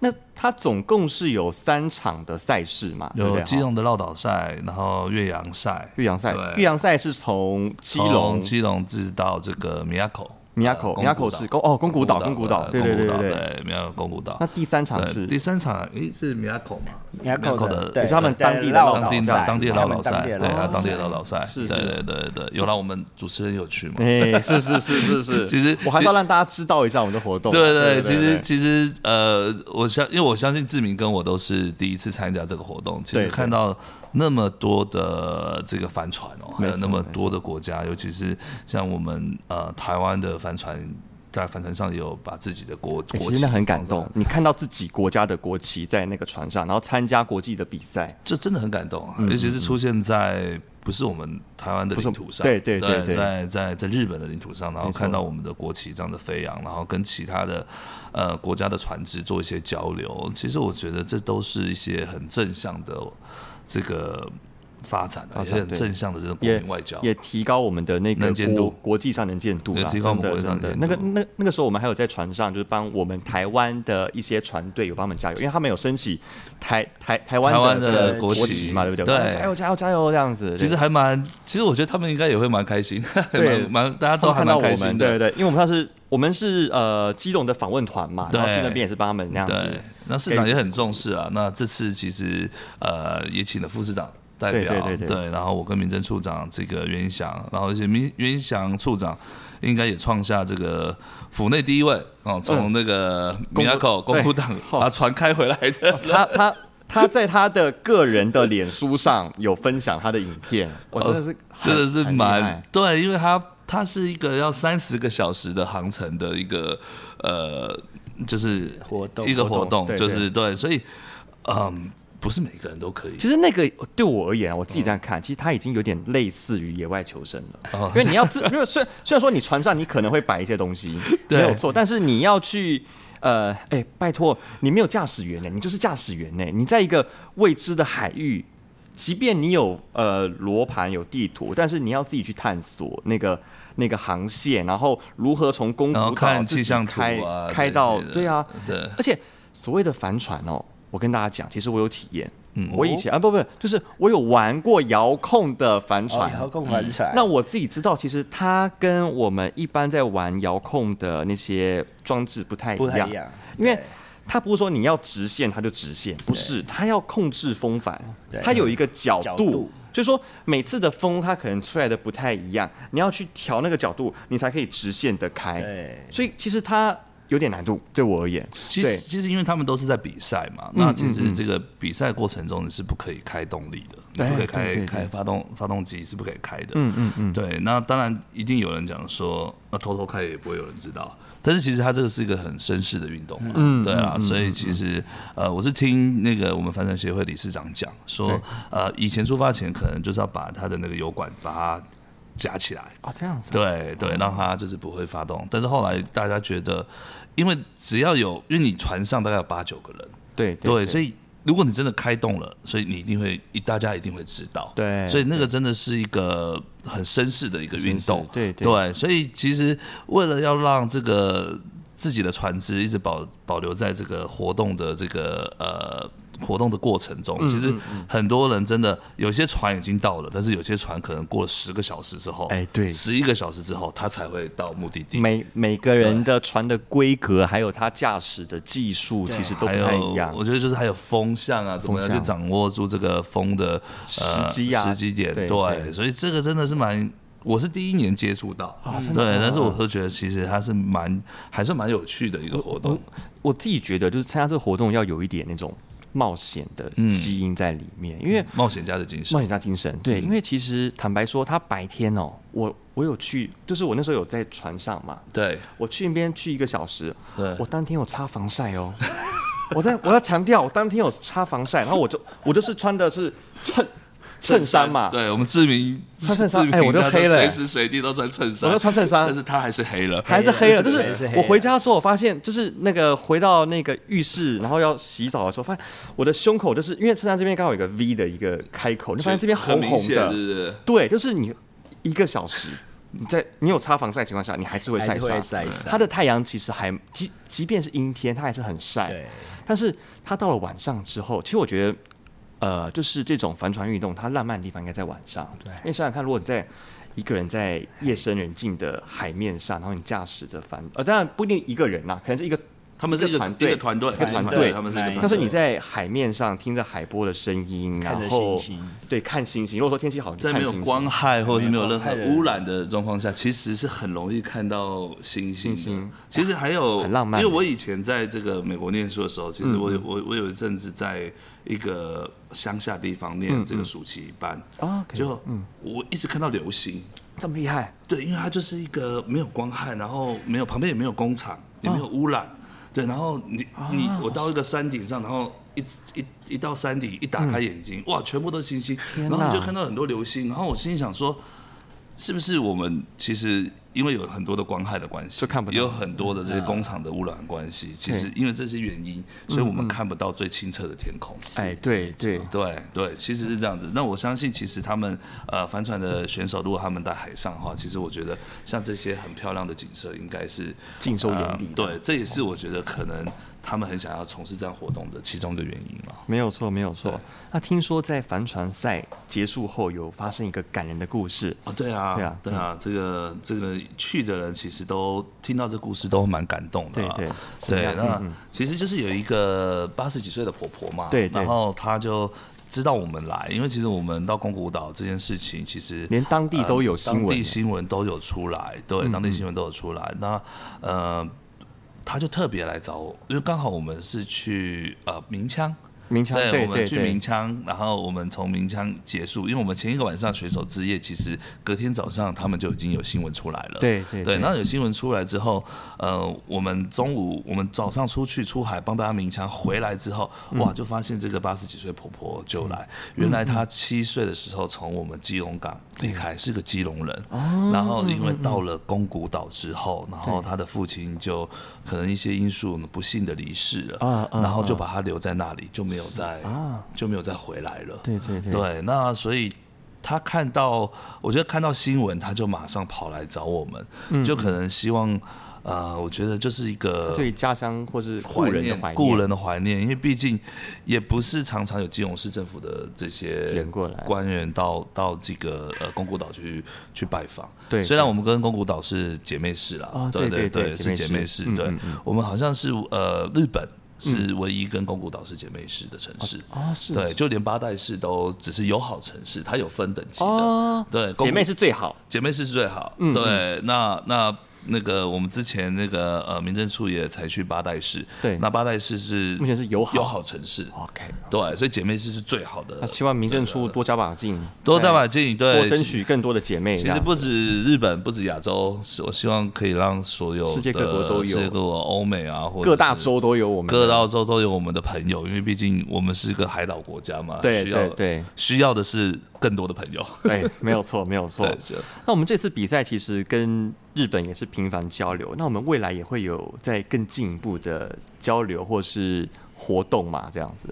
那它总共是有三场的赛事嘛，对不
有
对？
基
哈
隆的绕岛赛，然后岳阳赛，
越洋赛，
对
越洋赛是从基隆
从基隆至到这个米亚口，
米亚口
呃
米亚口是宫哦宫古岛宫古岛对对
宫古
对对
对，米亚口宫古岛
那。第三场
对
是
呃第三场诶是米亚口嘛？
雅口
口
的，
的
对，
也是他们
对
当地的
绕岛
当地
赛
的当地的
他
老
们
老
当
赛，
地的
对
绕岛
啊，
赛
当地的老老赛，
是
对
是
对对对，有了我们主持人有去嘛？
哎、是是是是是，
其实
我还是要让大家知道一下我们的活动啊。
对对，其实其实呃，我相因为我相信志明跟我都是第一次参加这个活动，其
对
实
对
看到那么多的这个帆船哦，还有
没错
那么多的国家，尤其是像我们呃台湾的帆船，在帆船上也有把自己的国
哎其
国旗
实那很感动，你看到自己国家的国旗在那个船上，然后参加国际的比赛，
这真的很感动啊，尤其是出现在不是我们台湾的领土上，
嗯不是对对对对
在在在日本的领土上，然后
没错
看到我们的国旗这样的飞扬，然后跟其他的呃国家的船只做一些交流，其实我觉得这都是一些很正向的这个发展、
发
啊，也
展
是很
对
正向的这个国
也
民外交。
也提高我们的那个
能见
国
度
国际上能见度啦，
也提高我们
真的
国际上能
真的
见
那个
度
那那个时候我们还有在船上，就是帮我们台湾的一些船队有帮他们加油，因为他们有升起台台台
台
湾
湾
的
的
这个
国
国
旗
嘛，对不对？
对
啊加油加油加油这样子。
其实还蛮，其实我觉得他们应该也会蛮开心，
对
蛮蛮大家
都
都还
看到我
蛮开
们，
心
对
的。
对，因为我们上次我们是呃基隆的访问团嘛，然后去
对
那边也是帮他们那样子
对，那市长也很重视啊。那这次其实呃也请了副市长代表，
对对对对
然后我跟民政处长这个袁翔，然后而且民袁翔处长。应该也创下这个府内第一位哦，从那个米亚口
嗯公布
公布党
对
把船开回来的，
他他他在他的个人的脸书上有分享他的影片，我真的是
哦 真的是
很很厉
蛮
害
对，因为它它是一个要三十个小时的航程的一个呃，就是
活动
一个
活
活
动
动，
对
就是对，所以嗯，不是每个人都可以
其实那个对我而言啊，我自己这样看，其实它已经有点类似于野外求生了
嗯哦，
因为你要自， 因为虽虽然说你船上你可能会摆一些东西，没
对
有错，但是你要去。呃，哎、拜托，你没有驾驶员呢、你就是驾驶员呢、你在一个未知的海域，即便你有呃罗盘有地图，但是你要自己去探索那个那个航线，然后如何从宫古
然
岛
后看
自己
气象图
开
啊，
开
这
到
些的
对啊，
对，
而且所谓的帆船哦，我跟大家讲，其实我有体验。
嗯
我以前啊，不不，就是我有玩过遥控的帆船。
哦
嗯
遥控帆船。
那我自己知道，其实它跟我们一般在玩遥控的那些装置不太一
不太
样，
一样，
因为
对
它不是说你要直线它就直线，不是，它要控制风帆，
对
它有一个角
角
度
度。
就是说每次的风它可能吹来的不太一样，你要去调那个角度，你才可以直线的开。
对
所以其实它有点难度，对我而言。
其
对嗯
实其实因为他们都是在比赛嘛，那其实这个比赛过程中你是不可以开动力的，你不可
对
以
对对
开开发动发动机是不可以开的。
嗯嗯嗯，
对，那当然一定有人讲说，那偷偷开也不会有人知道。但是其实它这个是一个很绅士的运动嘛，
嗯
对啊，所以其实呃，我是听那个我们帆船协会理事长讲
对
说，呃，以前出发前可能就是要把它的那个油管把它夹起来，
哦，这样子啊。
对对，让它就是不会发动。但是后来大家觉得，因为只要有，因为你船上大概有八九个人，
对
对，
以
所以如果你真的开动了，所以你一定会，大家一定会知道。
对
所以那个真的是一个很绅士的一个运
绅
动
士。对对
所以其实为了要让这个自己的船只一直保保留在这个活动的这个呃。活动的过程中，
嗯
其实很多人真的有些船已经到了，但是有些船可能过了十个小时之后，
哎对
十一个小时之后，它才会到目的地。
每每个人的船的规格，还有他驾驶的技术，
对
其实都不
还
太
有
一样，
我。觉得就是还有风向啊，怎么样
风向
去掌握住这个风的呃
时机啊
时机点，
对对
所以这个真的是蛮。我是第一年接触到，
啊真
对，
的哦
但是我会觉得其实它是蛮还是蛮有趣的一个活动，
我自己觉得，就是参加这个活动要有一点那种冒险的
嗯
基因在里面，因为
冒险家的精
冒
神，
险家精神。对，因为其实坦白说，他白天哦，我我有去，就是我那时候有在船上嘛，
对
我去那边去一个小时，
对
我当天有擦防晒哦。 我在我要强调，我当天有擦防晒，然后我就我就是穿的是衬衬衫嘛，
对我们志明
啊穿衬衫
志明
哎我都
他
黑了
随时随地都穿衬衫，
我都穿衬衫
但是他还是黑了，
还是黑了，就
还
是
是黑
我
了
回家的时候，我发现就是那个回到那个浴室，然后要洗澡的时候，发现我的胸口就是因为衬衫这边刚好有一个 V 的一个开口，你发现这边红
很明
红
显
的，
对对对
对，就是你一个小时你在你有擦防晒的情况下，你还是会
还
晒
是会
伤。
嗯
晒伤。
它的太阳其实还即即便是阴天，它还是很晒。
对，
但是它到了晚上之后，其实我觉得，呃，就是这种帆船运动，它浪漫的地方应该在晚上。
对
因为想想看，如果你在一个人在夜深人静的海面上，然后你驾驶着帆，呃，当然不一定一个人啦，可能是一个，
他们是一个
团
团
队
一个团队，
一个团队
他们是一个团队。
但是你在海面上听着海波的声音，然
看着
后
星星
对看星星。如果说天气好，你就
在
看
没有
星星
光。害或者是没有任何
没有光害的
污染的状况下，其实是很容易看到星星
星
的。
星嗯
其实还有
很浪漫嗯
因为我以前在这个美国念书的时候，其实我有我我有一阵子在一个乡下地方
嗯
念这个暑期班，
啊，可以
就我一直看到流星。
这么厉害，
对，因为它就是一个没有光害，然后没有旁边也没有工厂，也
嗯
没有污染。对，然后你
啊
你我到一个山顶上，然后一一一到山顶，一打开眼睛，哇，全部都是星星，
嗯哪
然后你就看到很多流星，然后我心里想说，是不是我们其实因为有很多的光害的关系，
就看不到嗯
也有很多的这些工厂的污染的关系，其实因为这些原因，所以
嗯
我们看不到最清澈的天空。
哎，对对，
对对，其实是这样子。那我相信，其实他们呃帆船的选手，如果他们在海上的话，其实我觉得像这些很漂亮的景色，应该是
尽收眼底
呃对，这也是我觉得可能他们很想要从事这样活动的其中的原因嘛。
没有错，没有错。那听说在帆船赛结束后，有发生一个感人的故事，
啊，对啊，
对啊
对啊，这个这个去的人其实都听到这故事都蛮感动的、啊，
对对怎么
对
样嗯
那其实就是有一个八十几岁的婆婆嘛，
对对
然后她就。知道我们来，因为其实我们到宫古岛这件事情，其实
连当地都有
呃
新闻嗯
当地新闻都有出来，对，当地新闻都有出来。那呃，她就特别来找我，因为刚好我们是去呃鸣枪，
明枪
对，
对
我们
对
去鸣
对，
枪，然后我们从鸣枪结束，因为我们前一个晚上水手之夜，其实隔天早上他们就已经有新闻出来了。
对对
对，
对
那有新闻出来之后，呃，我们中午我们早上出去出海帮大家鸣枪，回来之后，
嗯
哇，就发现这个八十几岁婆婆就来，原来她七岁的时候从我们基隆港离开，是个基隆人，
哦
然后
嗯
因为到了宫古岛之后，然后她的父亲就可能一些因素不幸的离世
啊
了，
啊
然后就把她留在那里，就没有再
啊
就没有再回来了。
对对对
对，那所以他看到，我觉得看到新闻，他就马上跑来找我们，
嗯
就可能希望，呃，我觉得就是一个
对家乡或是故
怀
人的
念
怀念，
故人的怀念，因为毕竟也不是常常有基隆市政府的这些
人过来
官员到到这个呃宫古岛去去拜访。
对
虽然我们跟宫古岛是姐妹市啦，
哦
对
对对对
对，是
姐
姐
妹
妹
市
市，
嗯
对、
嗯
我们好像是呃日本。是唯一跟宫古岛是姐妹市的城市
哦是
对，就连八代市都只是友好城市，它有分等级的。
哦嗯
对，宫
姐
古
妹是最好，
姐妹是最好。对，那那那个我们之前那个呃民政处也才去八代市，
对
那八代市是
目前是友好
友好城市，
OK，
对，所以姐妹市是最好的
那。希望民政处多加把劲，哎
多加把劲，对，
多争取更多的姐妹。
其实不止日本，不止亚洲，是我希望可以让所有的
世界各国都有
世界各国欧美啊，或者
各大
是
洲都有我们
各大洲都有我们的朋友，因为毕竟我们是一个海岛国家嘛，
对
需要
对对
需要的是更多的朋友。
对，哎没有错，没有错
对，。就
那我们这次比赛其实跟日本也是频繁交流，那我们未来也会有在更进一步的交流或是活动嘛，这样子。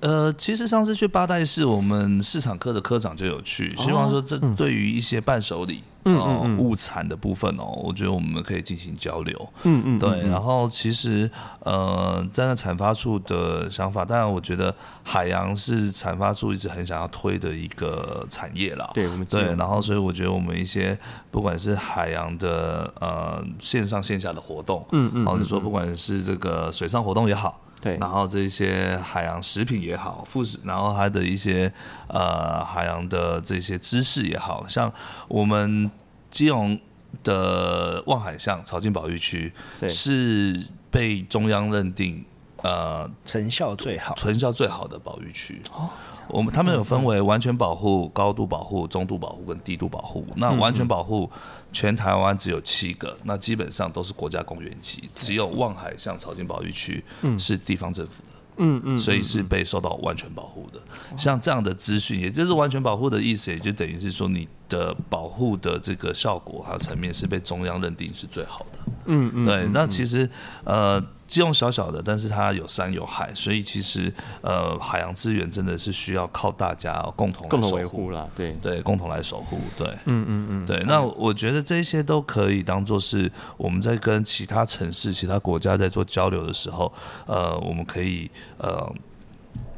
呃，其实上次去八代市，我们市场科的科长就有去，希望说这对于一些伴手礼。哦，物产的部分哦，我觉得我们可以进行交流。
嗯嗯，
对，然后其实呃，站在产发处的想法，当然我觉得海洋是产发处一直很想要推的一个产业啦。
对我们基
对
隆，
然后所以我觉得我们一些不管是海洋的呃线上线下的活动，
嗯嗯
然后你说不管是这个水上活动也好，
对
然后这些海洋食品也好，副食，然后它的一些呃海洋的这些知识也好，像我们基隆的望海巷潮境保育区
对
是被中央认定呃
成效最好。
成效最好的保育区。
哦
我们他们有分为完全保护、高度保护、中度保护跟低度保护。那
嗯
完全保护全台湾只有七个，那基本上都是国家公园级，只有望海巷草金保育区是地方政府的。
嗯嗯，
所以是被受到完全保护的。像这样的资讯，也就是完全保护的意思，也就等于是说你的保护的这个
嗯
效果还有层面是被中央认定是最好的。嗯嗯，对。那其实呃，基隆小小的，但是它有山有海，所以其实呃海洋资源真的是需要靠大家共同来
共同
守
维护啦，对，
对，共同来守护，对，
嗯嗯嗯，
对，那我觉得这些都可以当做是我们在跟其他城市、其他国家在做交流的时候，呃，我们可以呃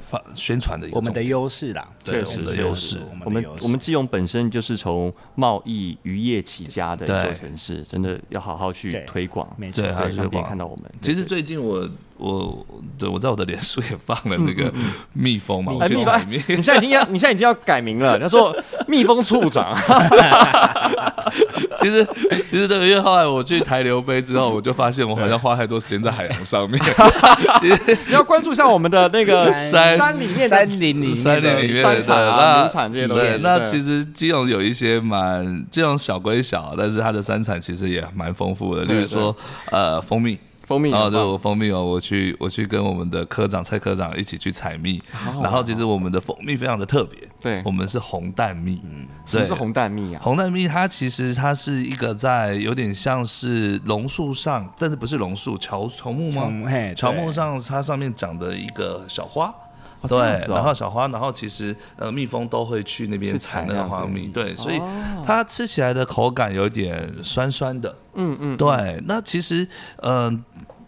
发宣传的一个
我们的
重点
优势啦，
对
确实
我们的
确
优
实
势。
我
我们
们
的优势
我们基隆本身就是从贸易渔业起家的一座
对
城市，真的要好好去
对
推广，
没错
对，还
对，
是
让别
推
人
广
看到我们。
其实
对
最近我我对我在我的脸书也放了那个蜜蜂嘛，我
哎，
去
嗯蜜
采
蜂，
蜜
你，现在已经要，你现在已经要改名了。他说蜜蜂处长，
其实其实对，因为后来我去台流杯之后，我就发现我好像花太多时间在海洋上面，
你要关注一下我们的那 个
山
山里面
三
的
零零
三年里面
山
的
产啊
那
农产这些东西
对
对
那其实基隆有一些蛮，基隆小归小，但是它的山产其实也蛮丰富的，例
对
如说呃蜂蜜。
蜂蜜
哦，
好
对，
不好
我蜂蜜哦，我去，我去跟我们的科长蔡科长一起去采蜜，然后其实我们的蜂蜜非常的特别，
对嗯
我们是红蛋蜜，
什么是
对
红蛋蜜啊？
红蛋蜜它其实它是一个在有点像是榕树上，但是不是榕树，乔乔木吗？
乔木嘿对
乔木上它上面长的一个小花。
哦
对
这样，子哦
然后小花，然后其实呃，蜜蜂都会去那边
去采
采那个
那样子
花蜜，对，所以
哦
它吃起来的口感有点酸酸的，
嗯嗯，
对，那其实，嗯、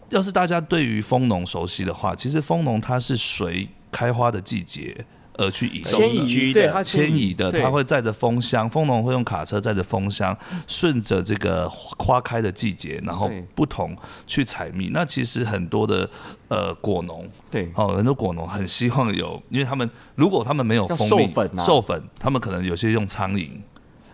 要是大家对于蜂农熟悉的话，其实蜂农它是随开花的季节而去移动
迁
的。
移
移
对
的
它
迁移的，
对
它会载着蜂箱，蜂农会用卡车载着蜂箱，顺着这个花开的季节，然后
对
不同去采蜜。那其实很多的呃果农，
对
哦，很多果农很希望有，因为他们如果他们没有
要
蜂蜜
授粉啊
授粉他们可能有些用苍蝇，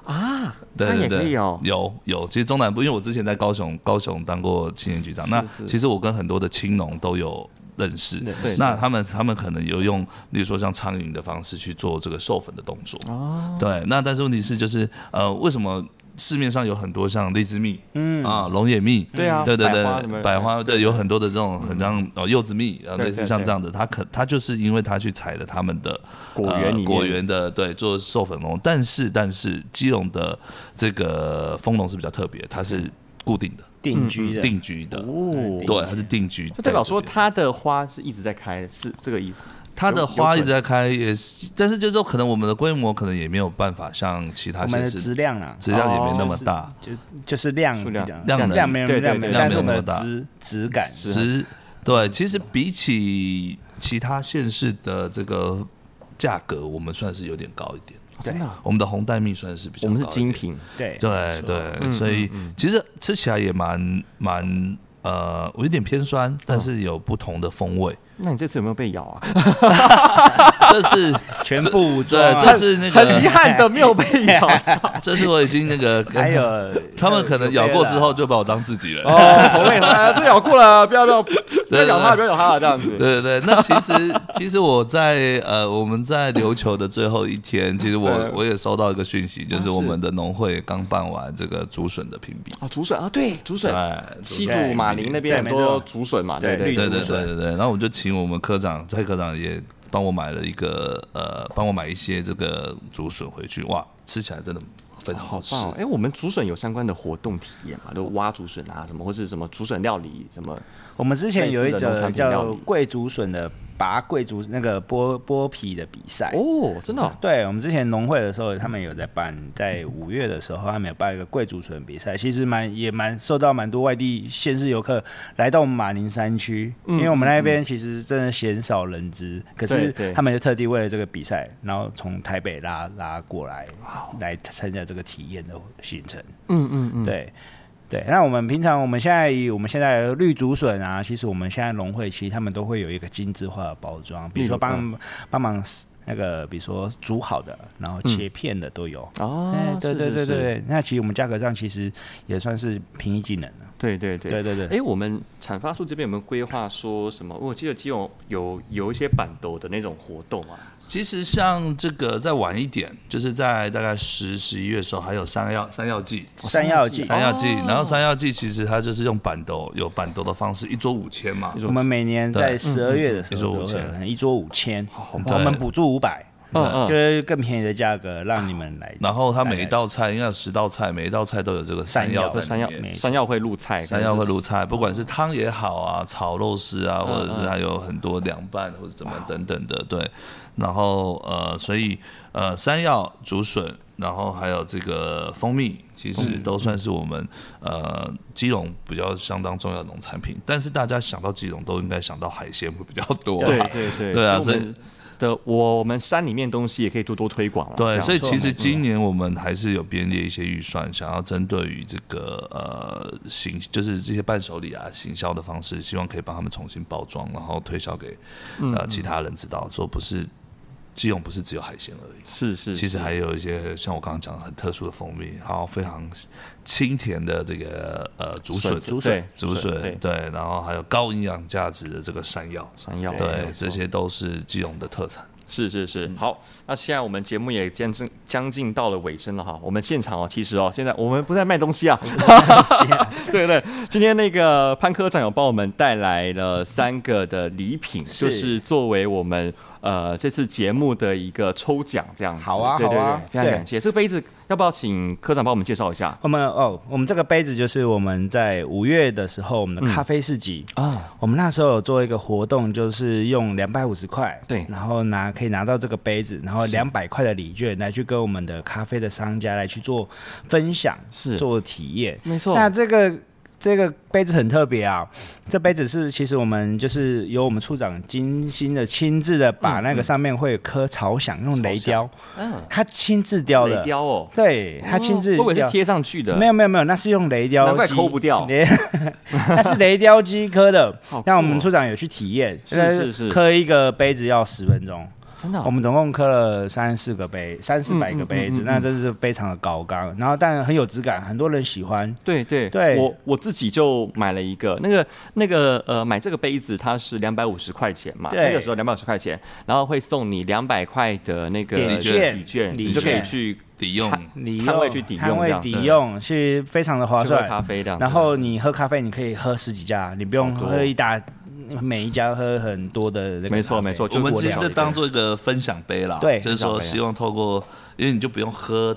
啊，
对
它
对
也可
对，
以哦。
有有，其实中南部，因为我之前在高雄，高雄当过青年局长，那
是
其实我跟很多的青农都有认识
对对，
那他们他们可能有用，例如说像苍蝇的方式去做这个授粉的动作，哦，对，那但是问题是就是呃，为什么？市面上有很多像荔枝蜜，嗯啊，龙眼蜜，
对啊
对对
百花什么
对，百花对，有很多的这种很像哦柚子蜜，然后
对
类似
对
像
对
这样的，它可它就是因为它去采了他们的
果园里面
呃果园的对做授粉农，但是但是基隆的这个蜂农是比较特别，它是固定的、
定居的，
定居的，
嗯哦，
对
对，它是定居。
就代表说它的花是一直在开的，是这个意思。
它的花
有
一直在开，也是，但是就是说可能我们的规模可能也没有办法像其他
我们的
县
质
市
量啊，
质量也没那么
哦
大，
就就是量
数量
比较
量能
量没有
对对
量
对
有，
量
但
没
是
有
我
那
们
么大
的质质感
只对，其实比起其他县市的这个价格，我们算是有点高一点。
哦真的啊，
我们的红带蜜算是比较
我
高一
们
点，
是精品，
对
对对，
嗯
所以其实吃起来也蛮蛮呃，我有点偏酸，
嗯
但是有不同的 风味。
那你这次有没有被咬啊？
这是
全副武装啊，
对，这是那
很遗
个，
憾的没有 被咬。
这是我已经 那个，
还有
他们可能咬过之后就把我当自己人。
哦，同类，哎这咬过了，不要不要，不要咬它，
对对对
不要咬它，这样子。
对对对，那其实其实我在呃我们在琉球的最后一天，其实我
对
我也收到一个讯息，就
嗯啊
是
是
我们的农会刚办完这个竹笋的评比，
啊，竹笋啊，对，竹笋，
对，
七
竹
堵马林那边
对
很多竹笋嘛，
没错
对对
对
对对
竹笋
对对对，然后我就请我们科长蔡科长也帮我买了一个呃，帮我买一些这个竹笋回去，哇，吃起来真的非常
好
好吃。
棒！哎，我们竹笋有相关的活动体验嘛？就挖竹笋啊，什么，或是什么竹笋料理什么？
我们之前有
类
一
似的农
个
产品料
叫
理
贵竹笋的拔贵竹那个剥剥皮的比赛。
哦，真的哦
对，我们之前农会的时候，他们有在办，在五月的时候，他们有办一个贵族笋比赛，其实蛮也蛮受到蛮多外地县市游客来到我们马林山区，因为我们那边其实真的鲜少人知，可
嗯对
是
对
他们就特地为了这个比赛，然后从台北拉拉过来来参加这个体验的行程。
嗯嗯嗯，
对。对，那我们平常我们现在以我们现在的绿竹笋啊，其实我们现在农会其实他们都会有一个精致化的包装，比如
例
说
如
帮、
嗯
帮忙撕那个，比如说煮好的，然
嗯
后切片的都有。哎
哦，
对
是
对
是
对
是
对对，那其实我们价格上其实也算是平易近人了。
对对对
对对对，
哎，我们产发处这边有没有规划说什么？我记得基隆有有一些板斗的那种活动啊，
其实像这个再晚一点，就是在大概十十一月的时候，还有山药山药季。
山药季，
山药季，然后山药季其实它就是用板豆，有板豆的方式，一桌五千嘛。
我们每年在
对嗯
十二月的时
一桌
候
五
都会
千
有，一桌五千，
好
我们补助五百。
嗯
就
嗯，
是更便宜的价格
啊
让你们来。
然后它每一道菜应该有十道菜，每一道菜都有这个山药
山药
在
这山药
里面。
山药会入菜，
山药会卤
菜，
菜，不管是汤也好啊，炒肉丝啊，或者
嗯
是还有很多凉拌或者怎么等等的，对。然后呃，所以呃，山药、竹笋，然后还有这个蜂蜜，其实都算是我们
嗯
呃基隆比较相当重要的农产品。但是大家想到基隆，都应该想到海鲜会比较多
对
吧。
对对，
对啊
我们的我们山里面东西也可以多多推广了，这
对，
样
所以其实今年我们还是有编列一些预算，想要针对于这个呃行，就是这些伴手礼啊、行销的方式，希望可以帮他们重新包装，然后推销给
嗯
呃其他人知道，说不是基隆不是只有海鲜而已。
是是，
其实还有一些像我刚刚讲的很特殊的蜂蜜，还有非常清甜的这个呃竹笋、
竹笋对
竹
竹
笋
笋
对，然后还有高营养价值的这个山药，
山药
对，
些。
这些都是基隆的特产。
是是是，好，那现在我们节目也将近将近到了尾声了哈。我们现场哦，其实哦，现在我们不是在卖东西啊， 对对。今天那个潘科长有帮我们带来了三个的礼品，
是
就是作为我们呃这次节目的一个抽奖这样子。
好啊
对对
好啊
对，非常
对
感谢。这个杯子要不要请科长帮我们介绍一下
我们哦，我们这个杯子就是我们在五月的时候，我
嗯
们的咖啡市集，
啊？
我们那时候有做一个活动，就是用两百五十块，
对
然后拿可以拿到这个杯子，然后两百块的礼券来去跟我们的咖啡的商家来去做分享，
是
做体验。
没错，
那这个这个杯子很特别啊，这杯子是其实我们就是由我们处长精心的亲自的把那个上面会有刻草想，用雷雕，
嗯，
他亲自雕
雷
的，
雕哦，
对他亲自
哦我以为
雕
是。贴上去的，
没有没有没有，那是用雷雕机，
难怪抠不掉
雷 那是雷雕机刻的
好酷哦。
那我们处长有去体验，
是
但
是是
刻一个杯子要十分钟。
真的哦
我们总共刻了三四个杯，三四
嗯
百个杯子，那真是非常的高纲。然后但很有质感，很多人喜欢。
对对
对
我我自己就买了一个，那个那个呃，买这个杯子它是两百五十块钱嘛，
对
那个时候两百五十块钱，然后会送你两百块的那个
礼券
礼券，
礼
你就可以
券
去
抵用
你
摊位
用
去抵用
摊
这
位
样
抵
对
用是非常的划
去喝
算。
咖啡这样子。
然后你喝咖啡，你可以喝十几家，你不用
好多
喝一大，每一家喝很多的那个咖啡。
没错没错，就
我们
果
其实
料
这
理
当做一个分享杯啦，
对
就是说
分享杯啊
希望透过，因为你就不用喝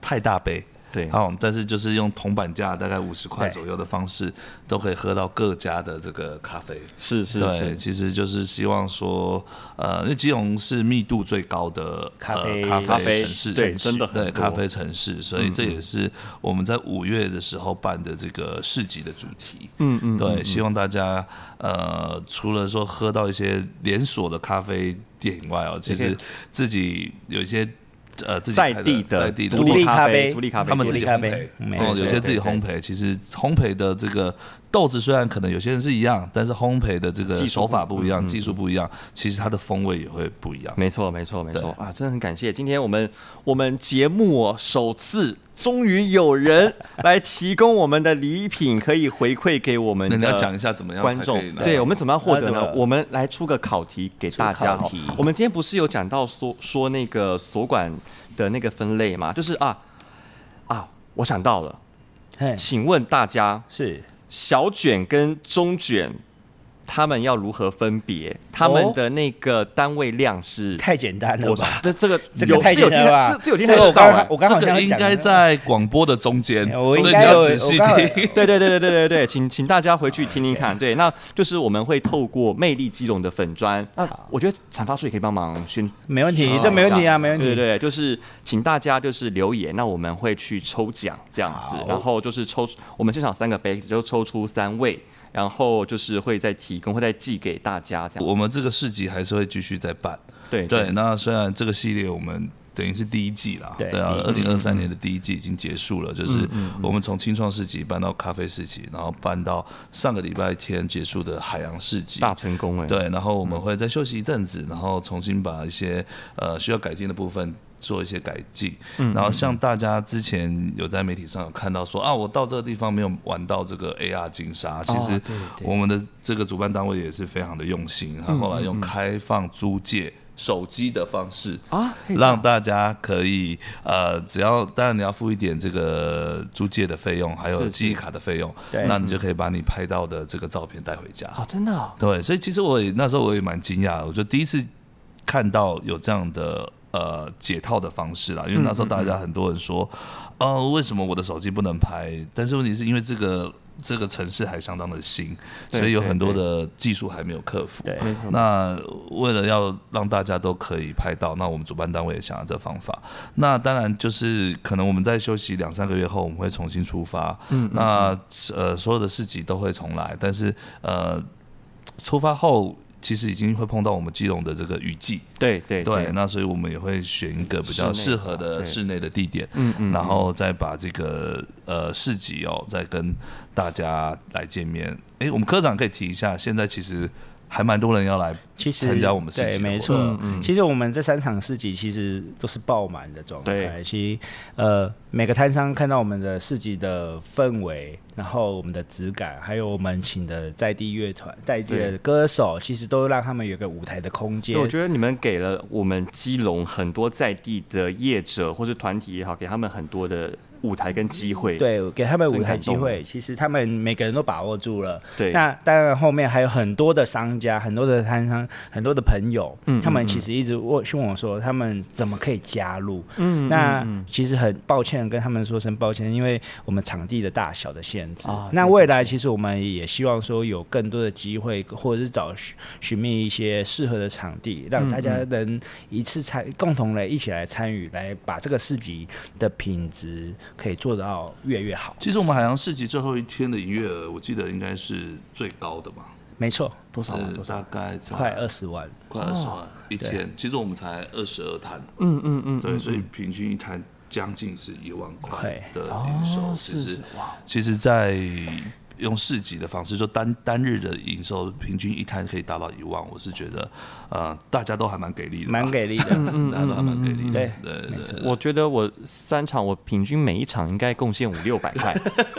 太大杯，
对
好，但是就是用铜板价大概五十块
对
左右的方式，都可以喝到各家的这个咖啡。
是是
对，
是，
其实就是希望说，呃，因为基隆是密度最高的
咖
呃
啡
咖
咖
啡
啡
城市，
对真的很
对
多嗯
咖啡城市，所以这也是我们在五月的时候办的这个市集的主题。
嗯嗯，
对，希望大家呃，除了说喝到一些连锁的咖啡店以外哦，其
也可
实自己有一些呃自己
在
开的
地的
在地的
独
独立
立咖
咖
啡，
啡
独立咖啡，
他们自己烘
独立咖
焙
啡，嗯没
哦，
错
有些自己
对对
烘焙，其实烘焙的这个豆子虽然可能有些人是一样，但是烘焙的这个
技术不
手法不一
嗯
样，技术不一样，其实它的风味也会不一样。
没错，没错，没错啊！真的很感谢今天我们我们节目、哦、首次终于有人来提供我们的礼品，可以回馈给我们
那
的
你要讲一下怎么样才
观
可以
众
拿？到
对我们怎么样获得
那怎
呢
么？
我们来出个考题给大家、
出考
哦
题。
我们今天不是有讲到说说那个所管的那个分类嘛？就是啊啊，我想到了，
嘿，
请问大家
是
小卷跟中卷。他们要如何分别？他们的那个单位量是
太简单了
我
吧？
这这个
这
有
个太
这有
简
听
单了吧
这？这有听
这
才
个
知
我
道
刚
哎
好我刚好
这
像
个应
讲
该
的
在广播的中间，
我
所以
应
你
该
要
有
仔细
我刚好
听。
对对对对对对对，请请大家回去听听看。对，那就是我们会透过魅力基隆的粉砖，那我觉得产发处也可以帮忙宣，
没问题
宣，传
这没问
一
题
下
啊，没问题。
对对对，就是请大家就是留言，那我们会去抽奖这样子
好，
然后就是抽我们现场三个杯子，就抽出三位，然后就是会再提供，会再寄给大家这样。
我们这个市集还是会继续再办。
对
对，那虽然这个系列我们等于是第一季嗯啦，
对
对啊，二零二三年的第一季已经结束了，就是我们从青创市集搬到咖啡市集，然后搬到上个礼拜天结束的海洋市集。
大成功哎，
对，然后我们会再休息一阵子，然后重新把一些呃需要改进的部分做一些改进。
嗯
然后像大家之前有在媒体上有看到说啊，我到这个地方没有玩到这个 AR 金
哦
沙，其实我们的这个主办单位也是非常的用
嗯
心，他后来用开放租借。手机的方式
啊可以
让大家可以呃，只要当然你要付一点这个租借的费用，还有
是嗯
记忆卡的费用，
对
那你就可以把你拍到的这个照片带回家。
哦，真的哦
对，所以其实我也那时候我也蛮惊讶的，我就第一次看到有这样的呃解套的方式啦，因为那时
嗯
候大家很多人说，呃，为什么我的手机不能拍？但是问题是因为这个这个城市还相当的新，
对
所以有
对
很多
对
的技术还没有克服。
对
没错
那为了要让大家都可以拍到，那我们主办单位也想了这方法。那当然就是可能我们在休息两三个月后，我们会重新出发。嗯，那呃所有的市集都会重来，但是呃出发后。其实已经会碰到我们基隆的这个雨季，
对对
对，那所以我们也会选一个比较
室内的
适
啊
合
对
的室内的地点，
嗯嗯
然后再把这个呃市集哦，再跟大家来见面。诶，我们科长可以提一下，现在其实还蛮多人要来
其实
参加我们市集的
对，
活动
没错。
嗯
其实我们这三场市集其实都是爆满的状态。
对
其实呃，每个摊商看到我们的市集的氛围，然后我们的质感，还有我们请的在地乐团、在地的
对
歌手，其实都让他们有个舞台的空间
对，。我觉得你们给了我们基隆很多在地的业者或是团体也好，给他们很多的舞台跟机会。
对，给他们
真
舞台
感
机
动
会，其实他们每个人都把握住了。
对
那当然后面还有很多的商家、很多的摊商、很多的朋友，
嗯
他
嗯
们
嗯
其实一直问询问我说，他们怎么可以加入？嗯，那其实很抱歉跟他们说声抱歉，因为我们场地的大小的限制。
啊
那
对
未来其实我们也希望说有更多的机会，或者是找寻寻觅一些适合的场地，
嗯
让大家能一次参共同来一起来参与，来把这个市集的品质可以做到越来越好。
其实我们海洋市集最后一天的营业额，我记得应该是最高的嘛，
没错，
多少啊
是
多少？
大概在
快二十哦万。
快二十万一天。其实我们才二十二摊，
嗯嗯嗯，
对，所以平均一摊将近是一万块
对
的营收，
哦
其
是
实
是哇
其实，在用市集的方式，说单单日的营收平均一摊可以达到一万，我是觉得，呃，大家都还蛮给力的吧，
蛮给力嗯 的。
大家都还蛮给力的，
对
嗯对对
我觉得我三场，我平均每一场应该贡献五六百 块。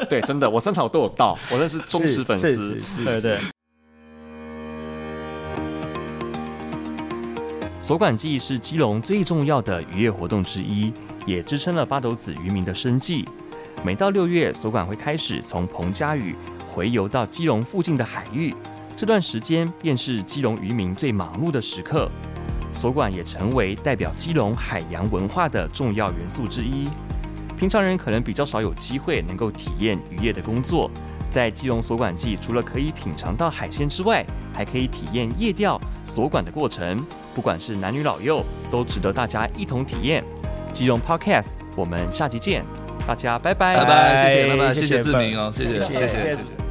对，真的，我三场都有到，我认识忠实粉
是
丝
是是，
对对。所管季是基隆最重要的渔业活动之一，也支撑了八斗子渔民的生计。每到六月，所管会开始从彭佳屿回游到基隆附近的海域，这段时间便是基隆渔民最忙碌的时刻。所管也成为代表基隆海洋文化的重要元素之一。平常人可能比较少有机会能够体验渔业的工作，在基隆所管季，除了可以品尝到海鲜之外，还可以体验夜钓所管的过程。不管是男女老幼，都值得大家一同体验。基隆 Podcast，我们下集见，大家拜拜，
拜拜，谢谢，拜拜，
谢
谢
哎
谢
谢
志明哦，谢谢，
谢谢
谢谢，谢谢。